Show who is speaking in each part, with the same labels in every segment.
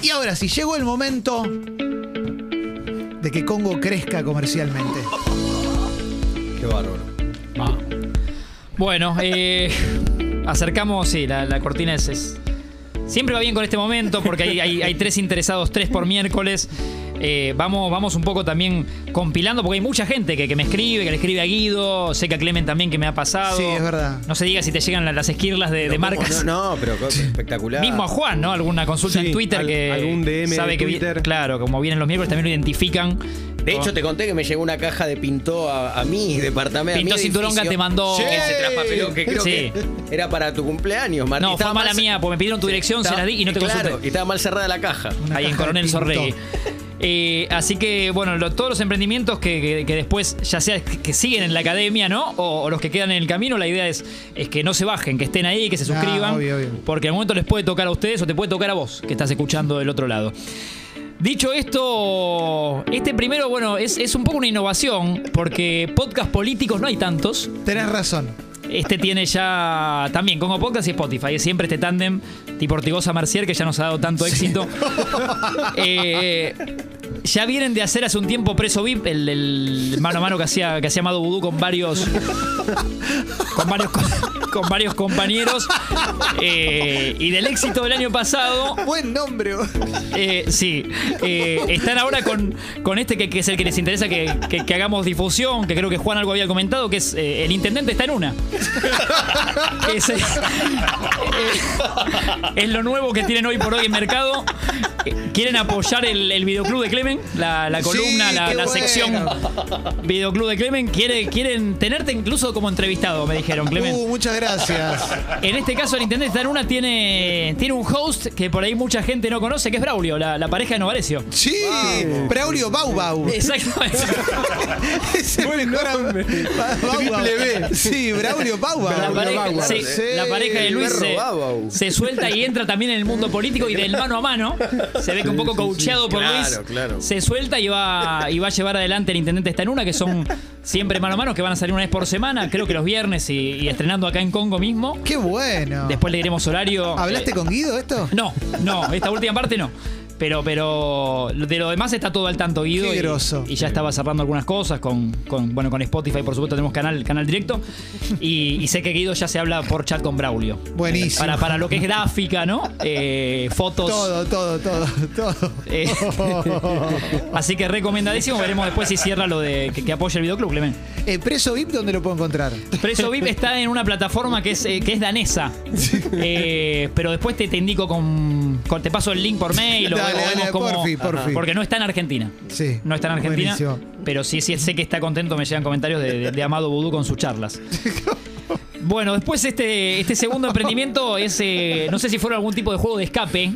Speaker 1: Y ahora sí, llegó el momento de que Congo crezca comercialmente.
Speaker 2: Qué bárbaro.
Speaker 3: Eh, Bueno, eh, acercamos, sí, la, la cortina es, es- Siempre va bien con este momento porque hay, hay- hay tres interesados, tres por miércoles. Eh, vamos, vamos un poco también compilando porque hay mucha gente que, que me escribe, que le escribe a Guido, sé que a Clemen también que me ha pasado.
Speaker 1: Sí, es verdad.
Speaker 3: No se diga si te llegan la- las esquirlas de, de
Speaker 2: No, ¿cómo?
Speaker 3: marcas.
Speaker 2: No, no, pero co- espectacular.
Speaker 3: Mismo a Juan, ¿no? Alguna consulta
Speaker 4: Sí,
Speaker 3: en Twitter
Speaker 4: al-
Speaker 3: que
Speaker 4: algún DM
Speaker 3: sabe
Speaker 4: de
Speaker 3: que vi-
Speaker 4: Twitter.
Speaker 3: claro, como vienen los miércoles también lo identifican.
Speaker 2: De
Speaker 3: Ah.
Speaker 2: hecho, te conté que me llegó una caja de Pintó a, a mi departamento. a mi
Speaker 3: Pintó Cinturonga
Speaker 2: edificio.
Speaker 3: te mandó-
Speaker 2: Que se traspapeló, que creo
Speaker 3: Sí.
Speaker 2: que era para tu cumpleaños, Martín.
Speaker 3: No, fue
Speaker 2: Estaba
Speaker 3: mala
Speaker 2: mal-
Speaker 3: mía, porque me pidieron tu dirección, se
Speaker 2: Estaba-
Speaker 3: la di y no te
Speaker 2: claro, y
Speaker 3: consulté.
Speaker 2: estaba mal cerrada la caja.
Speaker 1: Una
Speaker 3: ahí
Speaker 1: caja
Speaker 3: en
Speaker 1: de
Speaker 3: Coronel
Speaker 1: Pinto.
Speaker 3: Sorregui. Eh, así que, bueno, lo- todos los emprendimientos que, que- que después, ya sea que siguen en la academia, ¿no? O, o los que quedan en el camino, la idea es, es que no se bajen, que estén ahí, que se
Speaker 1: Ah,
Speaker 3: suscriban.
Speaker 1: obvio, obvio.
Speaker 3: Porque al momento les puede tocar a ustedes o te puede tocar a vos, que estás escuchando del otro lado. Dicho esto, este primero, bueno, es, es un poco una innovación, porque podcast políticos no hay tantos.
Speaker 1: Tenés razón.
Speaker 3: Este tiene ya también Congo Podcast y Spotify. Es siempre este tándem tipo Ortigosa Marcier que ya nos ha dado tanto éxito. Eh, ya vienen de hacer hace un tiempo Preso VIP, el, el mano a mano que hacía, que hacía Mado Vudú con varios. Con varios, con, varios compañeros. Eh, y del éxito del año pasado,
Speaker 1: Buen nombre.
Speaker 3: eh, sí. Eh, están ahora con, con este que, que es el que les interesa que, que- que hagamos difusión, que creo que Juan algo había comentado, que es eh, el intendente está en una. es, eh, es lo nuevo que tienen hoy por hoy en mercado. Eh, Quieren apoyar el, el videoclub de Clemen, la, la
Speaker 1: Sí,
Speaker 3: columna, la,
Speaker 1: qué
Speaker 3: la
Speaker 1: bueno.
Speaker 3: sección videoclub de Clemen. Quiere, quieren tenerte incluso como entrevistado, me dijeron, Clemen.
Speaker 1: Uh, muchas gracias.
Speaker 3: En este caso, el intendente está en una tiene, tiene un host que por ahí mucha gente no conoce, que es Braulio, la, la pareja de Novarecio.
Speaker 1: Sí, Braulio Bau Bau.
Speaker 3: Exactamente.
Speaker 1: Es el mejor am- Ba- Bau Bau. Sí, Braulio Bau Bau.
Speaker 3: La pareja, sí, la pareja de Luis se,
Speaker 2: perro Bau.
Speaker 3: se suelta y entra también en el mundo político y del mano a mano. Se ve que un poco coacheado por
Speaker 2: Claro,
Speaker 3: Luis.
Speaker 2: claro.
Speaker 3: Se suelta y va, y va a llevar adelante el intendente está en una, que son siempre mano a mano, que van a salir una vez por semana, creo que los viernes y, y estrenando acá en Congo mismo.
Speaker 1: Qué bueno.
Speaker 3: Después le diremos horario.
Speaker 1: ¿Hablaste
Speaker 3: Eh,
Speaker 1: con Guido esto?
Speaker 3: No, no, esta última parte no. Pero, pero de lo demás está todo al tanto, Guido.
Speaker 1: Qué
Speaker 3: y-
Speaker 1: groso.
Speaker 3: Y, ya estaba cerrando algunas cosas con, con, bueno, con Spotify, por supuesto, tenemos canal, canal directo. Y, y sé que Guido ya se habla por chat con Braulio.
Speaker 1: Buenísimo.
Speaker 3: Para, para lo que es gráfica, ¿no? Eh, fotos.
Speaker 1: Todo, todo, todo, todo.
Speaker 3: Eh, así que recomendadísimo. Veremos después si cierra lo de que, que apoya el videoclub, Clemen.
Speaker 1: Eh, ¿Preso VIP dónde lo puedo encontrar?
Speaker 3: Preso VIP está en una plataforma que es, eh, que es danesa. Eh, pero después te, te indico con, con- Te paso el link por mail. o
Speaker 1: Dale,
Speaker 3: vemos
Speaker 1: dale,
Speaker 3: cómo-
Speaker 1: porfi, porfi.
Speaker 3: Porque no está en Argentina.
Speaker 1: Sí.
Speaker 3: No está en Argentina.
Speaker 1: Buenísimo.
Speaker 3: Pero sí, sí, sé que está contento. Me llegan comentarios de, de- de Amado Vudú con sus charlas. Bueno, después este, este segundo emprendimiento es. eh, no sé si fuera algún tipo de juego de escape.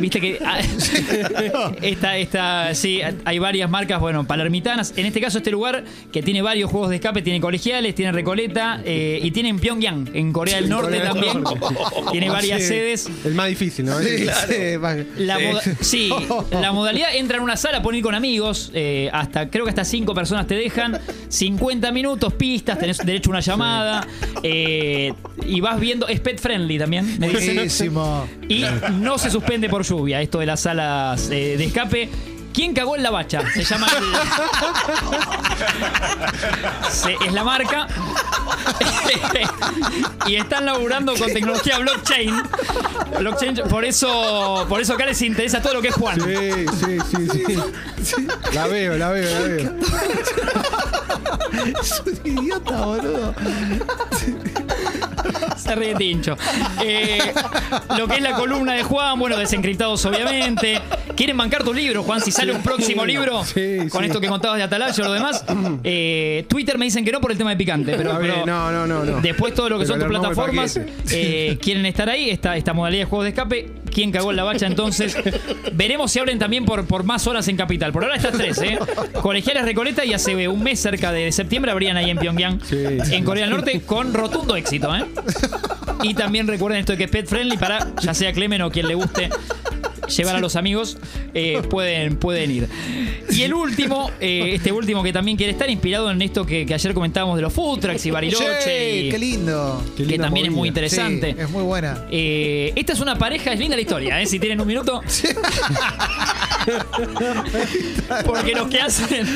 Speaker 3: Viste que. ah, esta, esta, sí, hay varias marcas, bueno, palermitanas. En este caso, este lugar que tiene varios juegos de escape, tiene colegiales, tiene Recoleta eh, y tiene en Pyongyang, en Corea del Norte
Speaker 4: Corea del
Speaker 3: también.
Speaker 4: Norte.
Speaker 3: Tiene varias
Speaker 4: Sí,
Speaker 3: sedes.
Speaker 4: El más difícil, ¿no?
Speaker 1: Sí,
Speaker 4: Sí.
Speaker 1: sí, va-
Speaker 3: La moda- sí, la modalidad entra en una sala, poner con amigos, eh, hasta creo que hasta cinco personas te dejan, 50 minutos, pistas, tenés derecho a una llamada, eh, y vas viendo, es pet friendly también, me dicen.
Speaker 1: Buenísimo.
Speaker 3: Y no se suspende por lluvia esto de las salas eh, de escape. ¿Quién cagó en la bacha? Se llama. el- Se- es la marca. y están laburando con tecnología blockchain. Blockchain, por eso, por eso acá les interesa todo lo que es Juan.
Speaker 4: Sí, sí, sí, sí. La veo, la veo, la veo.
Speaker 1: Es un idiota, boludo.
Speaker 3: Se ríe Tincho. Eh, lo que es la columna de Juan, bueno, desencriptados obviamente. ¿Quieren bancar tu libro, Juan? Si sale un próximo libro,
Speaker 4: Sí,
Speaker 3: con
Speaker 4: sí.
Speaker 3: esto que contabas de Atalaya o lo demás. Eh, Twitter me dicen que no por el tema de picante, pero,
Speaker 4: Está bien,
Speaker 3: pero
Speaker 4: no, no, no, no.
Speaker 3: después todo lo que
Speaker 4: Pero
Speaker 3: son tus
Speaker 4: le armamos el
Speaker 3: plataformas
Speaker 4: paquete.
Speaker 3: eh, quieren estar ahí, esta, esta modalidad de juegos de escape. ¿Quién cagó en la bacha entonces? Veremos si abren también por, por más horas en Capital. Por ahora estas tres, ¿eh? Colegiales Recoleta y hace un mes cerca de septiembre abrían ahí en Pyongyang,
Speaker 4: Sí, sí.
Speaker 3: en Corea del Norte, con rotundo éxito, ¿eh? Y también recuerden esto de que es pet friendly para ya sea Clemen o quien le guste llevar a los amigos, eh, pueden, pueden ir. Y el último, eh, este último que también quiere estar inspirado en esto que, que ayer comentábamos de los food trucks y Bariloche.
Speaker 1: Che,
Speaker 3: y-
Speaker 1: ¡Qué lindo!
Speaker 4: Qué
Speaker 3: que
Speaker 4: linda
Speaker 3: también es muy
Speaker 4: movida.
Speaker 3: interesante.
Speaker 1: Sí, es muy buena.
Speaker 3: Eh, esta es una pareja, es linda la historia, ¿eh? si tienen un minuto. Porque los que hacen,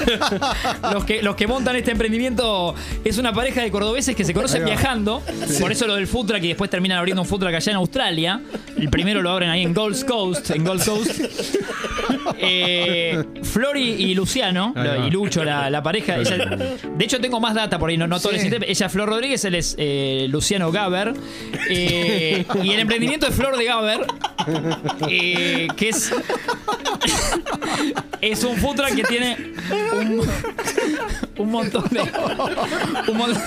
Speaker 3: los que, los que montan este emprendimiento es una pareja de cordobeses que se conocen
Speaker 4: Ahí va.
Speaker 3: viajando. Por eso lo del food truck y después terminan abriendo un food truck allá en Australia. El primero lo abren ahí en Gold Coast. En Gold Coast. Eh, Flori y Luciano,
Speaker 4: Ahí va.
Speaker 3: y Lucho, la, la pareja. ella- de hecho, tengo más data por ahí, no, no todo
Speaker 1: Sí.
Speaker 3: el sistema. Ella es Flor Rodríguez, él es eh, Luciano Gaber. Eh, y el emprendimiento es Flor de Gaber, eh, que es. es un food truck que tiene un, un montón de. Un montón,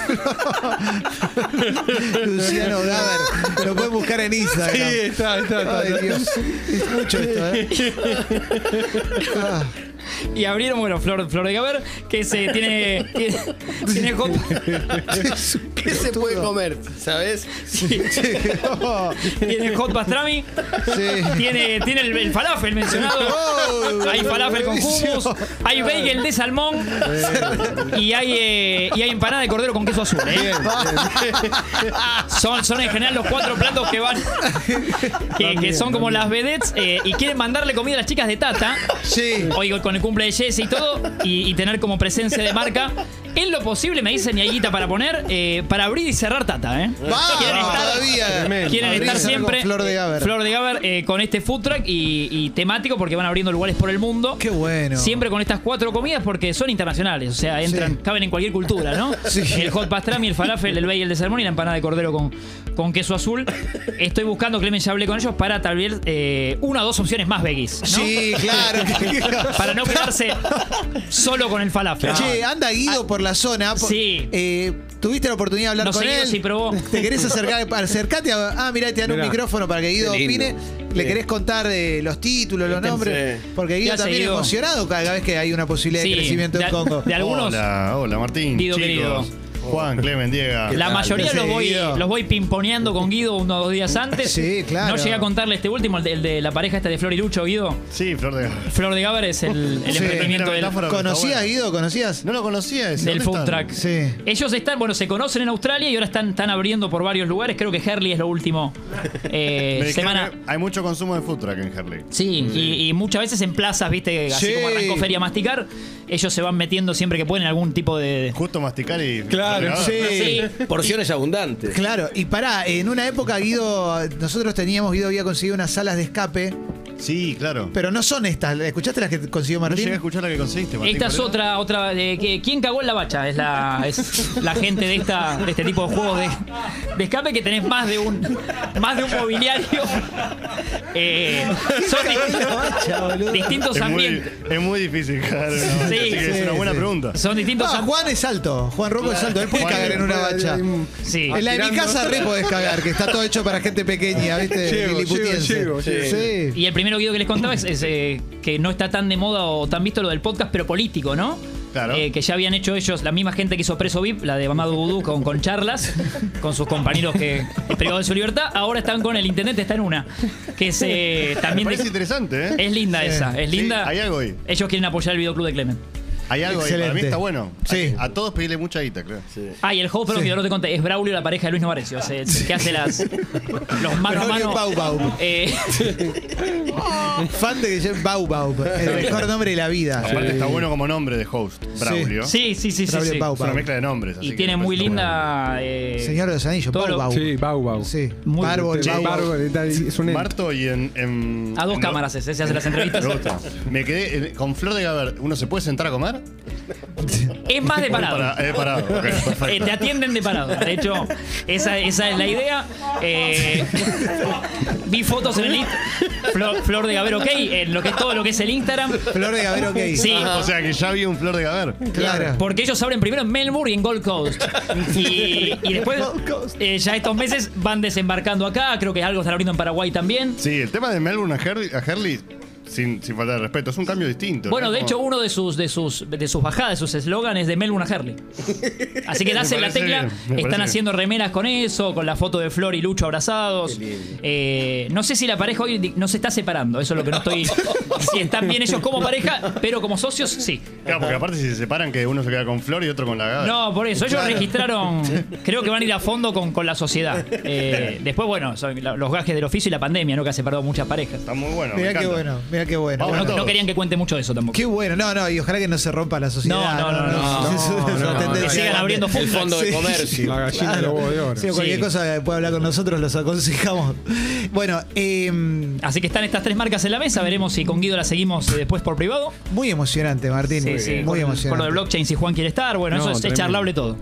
Speaker 1: Luciano Daber. Lo pueden buscar en Instagram.
Speaker 4: está, está,
Speaker 1: Ay, Dios. Es mucho esto, ¿eh? Ah,
Speaker 3: y abrieron, bueno, Flor, Flor de Gaber, que se tiene. Tiene, tiene hot-
Speaker 1: es un
Speaker 2: ¿Qué se
Speaker 1: pelotudo.
Speaker 2: puede comer? ¿Sabes?
Speaker 1: Sí, oh,
Speaker 3: tiene hot pastrami.
Speaker 1: sí.
Speaker 3: Tiene, tiene el, el falafel mencionado.
Speaker 1: Oh,
Speaker 3: Hay falafel con
Speaker 1: buenísimo.
Speaker 3: hummus, hay bagel de salmón y hay, eh, y hay empanada de cordero con queso azul. ¿eh? Son, son en general los cuatro platos que van, que, que son como las vedettes eh, y quieren mandarle comida a las chicas de Tata.
Speaker 1: Sí.
Speaker 3: Oigo, con el cumple de Jesse y todo, y, y tener como presencia de marca. En lo posible, me dicen, y hay guita para poner, eh, para abrir y cerrar Tata, ¿eh?
Speaker 1: Vamos,
Speaker 3: Quieren estar-
Speaker 1: todavía.
Speaker 4: Tremendo.
Speaker 3: Quieren
Speaker 1: Abrir
Speaker 3: estar
Speaker 1: y cerrar
Speaker 3: siempre.
Speaker 1: con Flor de Gaber.
Speaker 3: Flor de Gaber, eh, con este food truck y, y temático porque van abriendo lugares por el mundo.
Speaker 1: Qué bueno.
Speaker 3: Siempre con estas cuatro comidas porque son internacionales, o sea, entran,
Speaker 1: Sí.
Speaker 3: caben en cualquier cultura, ¿no?
Speaker 1: Sí.
Speaker 3: El hot pastrami, el falafel, el bagel de salmón y la empanada de cordero con, con queso azul. Estoy buscando, Clemen, ya hablé con ellos para tal vez eh, una o dos opciones más veggies, ¿no?
Speaker 1: Sí, claro.
Speaker 3: Para no quedarse solo con el falafel.
Speaker 1: Che, anda Guido por la zona. por-
Speaker 3: Sí.
Speaker 1: eh, ¿Tuviste la oportunidad de hablar
Speaker 3: No
Speaker 1: con
Speaker 3: sé, Guido,
Speaker 1: él?
Speaker 3: si probó.
Speaker 1: ¿Te querés acercar? Acercate a. Ah, mirá, te dan un
Speaker 4: Mirá.
Speaker 1: micrófono para que Guido
Speaker 2: Qué lindo.
Speaker 1: opine. ¿Le
Speaker 2: Sí.
Speaker 1: querés contar eh, los títulos, los
Speaker 2: Pensé.
Speaker 1: nombres? Porque Guido
Speaker 3: hace
Speaker 1: también
Speaker 3: Guido?
Speaker 1: emocionado cada vez que hay una posibilidad
Speaker 3: Sí,
Speaker 1: de crecimiento
Speaker 3: de,
Speaker 1: en Congo.
Speaker 3: de algunos.
Speaker 5: Hola, hola Martín.
Speaker 3: Guido,
Speaker 5: chicos,
Speaker 3: querido.
Speaker 5: Juan, Clemen, Diego.
Speaker 3: La mayoría
Speaker 1: Sí,
Speaker 3: los voy,
Speaker 1: Guido.
Speaker 3: los voy pimponeando con Guido unos dos días antes.
Speaker 1: Sí, claro.
Speaker 3: No llegué a contarle este último, el de, el de la pareja esta de Flor y Lucho, Guido.
Speaker 5: Sí, Flor de
Speaker 3: Flor de Gaber es el, el
Speaker 1: Sí,
Speaker 3: emprendimiento
Speaker 5: mira,
Speaker 3: del,
Speaker 5: metáfora.
Speaker 1: ¿Conocías, Guido? ¿Conocías?
Speaker 5: No lo conocía ese.
Speaker 3: del
Speaker 5: ¿dónde
Speaker 3: food
Speaker 5: están?
Speaker 3: truck.
Speaker 1: Sí.
Speaker 3: Ellos están, bueno, se conocen en Australia y ahora están, están abriendo por varios lugares. Creo que Herley es lo último. eh,
Speaker 5: Me dijeron
Speaker 3: semana.
Speaker 5: que Hay mucho consumo de food truck en Herley.
Speaker 3: Sí, y, y muchas veces en plazas, viste, así
Speaker 1: Sí.
Speaker 3: como arrancó Feria Masticar, ellos se van metiendo siempre que pueden en algún tipo de.
Speaker 5: Justo masticar y.
Speaker 4: Claro,
Speaker 5: Ahora,
Speaker 4: sí.
Speaker 3: Sí.
Speaker 2: Porciones abundantes.
Speaker 1: Claro, y pará, en una época Guido, nosotros teníamos, Guido había conseguido unas salas de escape,
Speaker 5: Sí, claro.
Speaker 1: pero no son estas. ¿Escuchaste las que consiguió
Speaker 5: no
Speaker 1: Martín?
Speaker 5: llegué a escuchar la que conseguiste, Martín.
Speaker 3: Esta es
Speaker 5: por eso.
Speaker 3: otra, otra de que ¿Quién cagó en la bacha? Es la, es la gente de esta, de este tipo de juegos de, de escape que tenés más de un más de un mobiliario. Eh, son distintos, distintos
Speaker 5: Es muy,
Speaker 3: ambientes.
Speaker 5: es muy difícil, claro. ¿no? Así que es
Speaker 3: sí,
Speaker 5: una buena
Speaker 1: sí.
Speaker 5: pregunta.
Speaker 3: Son distintos
Speaker 1: Ah,
Speaker 3: am-
Speaker 1: Juan es alto, Juan Rocco es alto, él puede
Speaker 5: Juan,
Speaker 1: cagar en una bacha.
Speaker 3: Sí.
Speaker 1: En la de mi
Speaker 4: Tirando.
Speaker 1: casa re podés cagar, que está todo hecho para gente pequeña, ¿viste?
Speaker 4: Llego,
Speaker 1: Liliputiense.
Speaker 4: llego, llego,
Speaker 1: Sí.
Speaker 3: Y el primero Guido que les contaba es, es, eh, que no está tan de moda o tan visto lo del podcast, pero político, ¿no?
Speaker 5: Claro.
Speaker 3: Eh, que ya habían hecho ellos, la misma gente que hizo Preso VIP, la de Mamá Vudú con, con charlas, con sus compañeros que privados de su libertad, ahora están con el intendente, está en una. Que es eh,
Speaker 5: Me
Speaker 3: también.
Speaker 5: parece
Speaker 3: de-
Speaker 5: interesante, ¿eh?
Speaker 3: es linda esa, es
Speaker 5: Sí,
Speaker 3: linda.
Speaker 5: hay algo ahí.
Speaker 3: Ellos quieren apoyar el videoclub de Clemen.
Speaker 5: Hay algo ahí. Para mí
Speaker 1: Excelente.
Speaker 5: está bueno.
Speaker 1: Sí.
Speaker 5: A, a todos pedirle mucha guita, creo.
Speaker 3: Ah, y el host, perdón, que yo no te conté, es Braulio, la pareja de Luis Novarecio, hace- que hace las, los mano a
Speaker 1: Braulio
Speaker 3: mano.
Speaker 1: Pau Pau.
Speaker 3: Eh,
Speaker 1: Fan de Guillem Bau Bau, el mejor nombre de la vida.
Speaker 5: Aparte está bueno como nombre de host, Braulio.
Speaker 3: sí, sí, sí, sí.
Speaker 1: Braulio
Speaker 3: sí.
Speaker 1: Pau
Speaker 5: Es una
Speaker 1: Pau.
Speaker 5: mezcla de nombres. así
Speaker 3: Y
Speaker 5: que
Speaker 3: tiene
Speaker 5: me
Speaker 3: muy
Speaker 5: parece bueno.
Speaker 3: linda. eh,
Speaker 1: Señor de los Anillos,
Speaker 3: todo
Speaker 1: Bau
Speaker 3: lo-
Speaker 1: Bau.
Speaker 4: Sí, Bau Bau.
Speaker 1: Sí,
Speaker 3: Muy
Speaker 1: Bárbol,
Speaker 4: Sí,
Speaker 1: Bau Bau.
Speaker 4: bárbaro, está- es un ente.
Speaker 5: Marto y en. en-
Speaker 3: A dos
Speaker 5: en-
Speaker 3: cámaras ese, se hace las entrevistas.
Speaker 5: Me gusta. Me quedé eh, con Flor de Gaber. ¿Uno se puede sentar a comer?
Speaker 3: Es más de parado.
Speaker 5: Para- eh, parado. ok, perfecto.
Speaker 3: Eh, te atienden de parado. De hecho, esa, esa es la idea. Eh, vi fotos en el Instagram. Flor, Flor de Gaber, ok. En lo que es todo lo que es el Instagram.
Speaker 1: Flor de Gavero Gay.
Speaker 3: Sí.
Speaker 5: O sea que ya vi un Flor de Gaber.
Speaker 1: claro.
Speaker 3: Porque ellos abren primero en Melbourne y en Gold Coast. Y, y después,
Speaker 1: Gold Coast.
Speaker 3: eh, ya estos meses, van desembarcando acá. Creo que algo están abriendo en Paraguay también.
Speaker 5: Sí, el tema de Melbourne a Herli- a Herli sin, sin falta de respeto. Es un cambio distinto.
Speaker 3: Bueno,
Speaker 5: ¿no?
Speaker 3: de
Speaker 5: Como-
Speaker 3: hecho, uno de sus, de sus, de sus bajadas, de sus eslóganes de Melbourne a Herley. Así que hacen la
Speaker 5: parece
Speaker 3: tecla.
Speaker 5: bien, me parece
Speaker 3: están
Speaker 5: bien.
Speaker 3: haciendo remeras con eso, con la foto de Flor y Lucho abrazados. Eh, no sé si la pareja hoy di- no se está separando. Eso es lo que no estoy. si están bien ellos como pareja, pero como socios, sí.
Speaker 5: Claro, porque aparte si se separan que uno se queda con Flor y otro con la gata.
Speaker 3: No, por eso. Ellos registraron. Creo que van a ir a fondo con, con la sociedad. Eh, después, bueno, son la- los gajes del oficio y la pandemia, ¿no? Que ha separado muchas parejas.
Speaker 5: Está muy bueno. me
Speaker 1: Mirá qué
Speaker 5: encanta.
Speaker 1: bueno, mirá qué bueno.
Speaker 5: Vamos
Speaker 1: Bueno,
Speaker 5: a
Speaker 3: No
Speaker 5: todos.
Speaker 3: querían que cuente mucho de eso tampoco.
Speaker 1: Qué bueno, no, no, y ojalá que no se rompa la sociedad.
Speaker 3: No, no, no, no.
Speaker 4: No, no, no,
Speaker 3: Que sigan abriendo
Speaker 2: El
Speaker 3: fondos.
Speaker 2: fondo de
Speaker 4: Sí.
Speaker 2: comercio.
Speaker 1: La
Speaker 4: gallina
Speaker 1: del huevo
Speaker 4: de
Speaker 1: Sí, cualquier
Speaker 3: Sí.
Speaker 1: cosa que pueda hablar con nosotros, los aconsejamos. Bueno, eh,
Speaker 3: Así que están estas tres marcas en la mesa. Veremos si con Guido la seguimos eh, después por privado.
Speaker 1: muy emocionante, Martín.
Speaker 3: Sí, sí.
Speaker 1: Muy
Speaker 3: Con- Con lo de
Speaker 1: emocionante.
Speaker 3: blockchain, si Juan quiere estar. Bueno,
Speaker 6: No,
Speaker 3: eso es, es
Speaker 6: tremendo.
Speaker 3: charlable todo.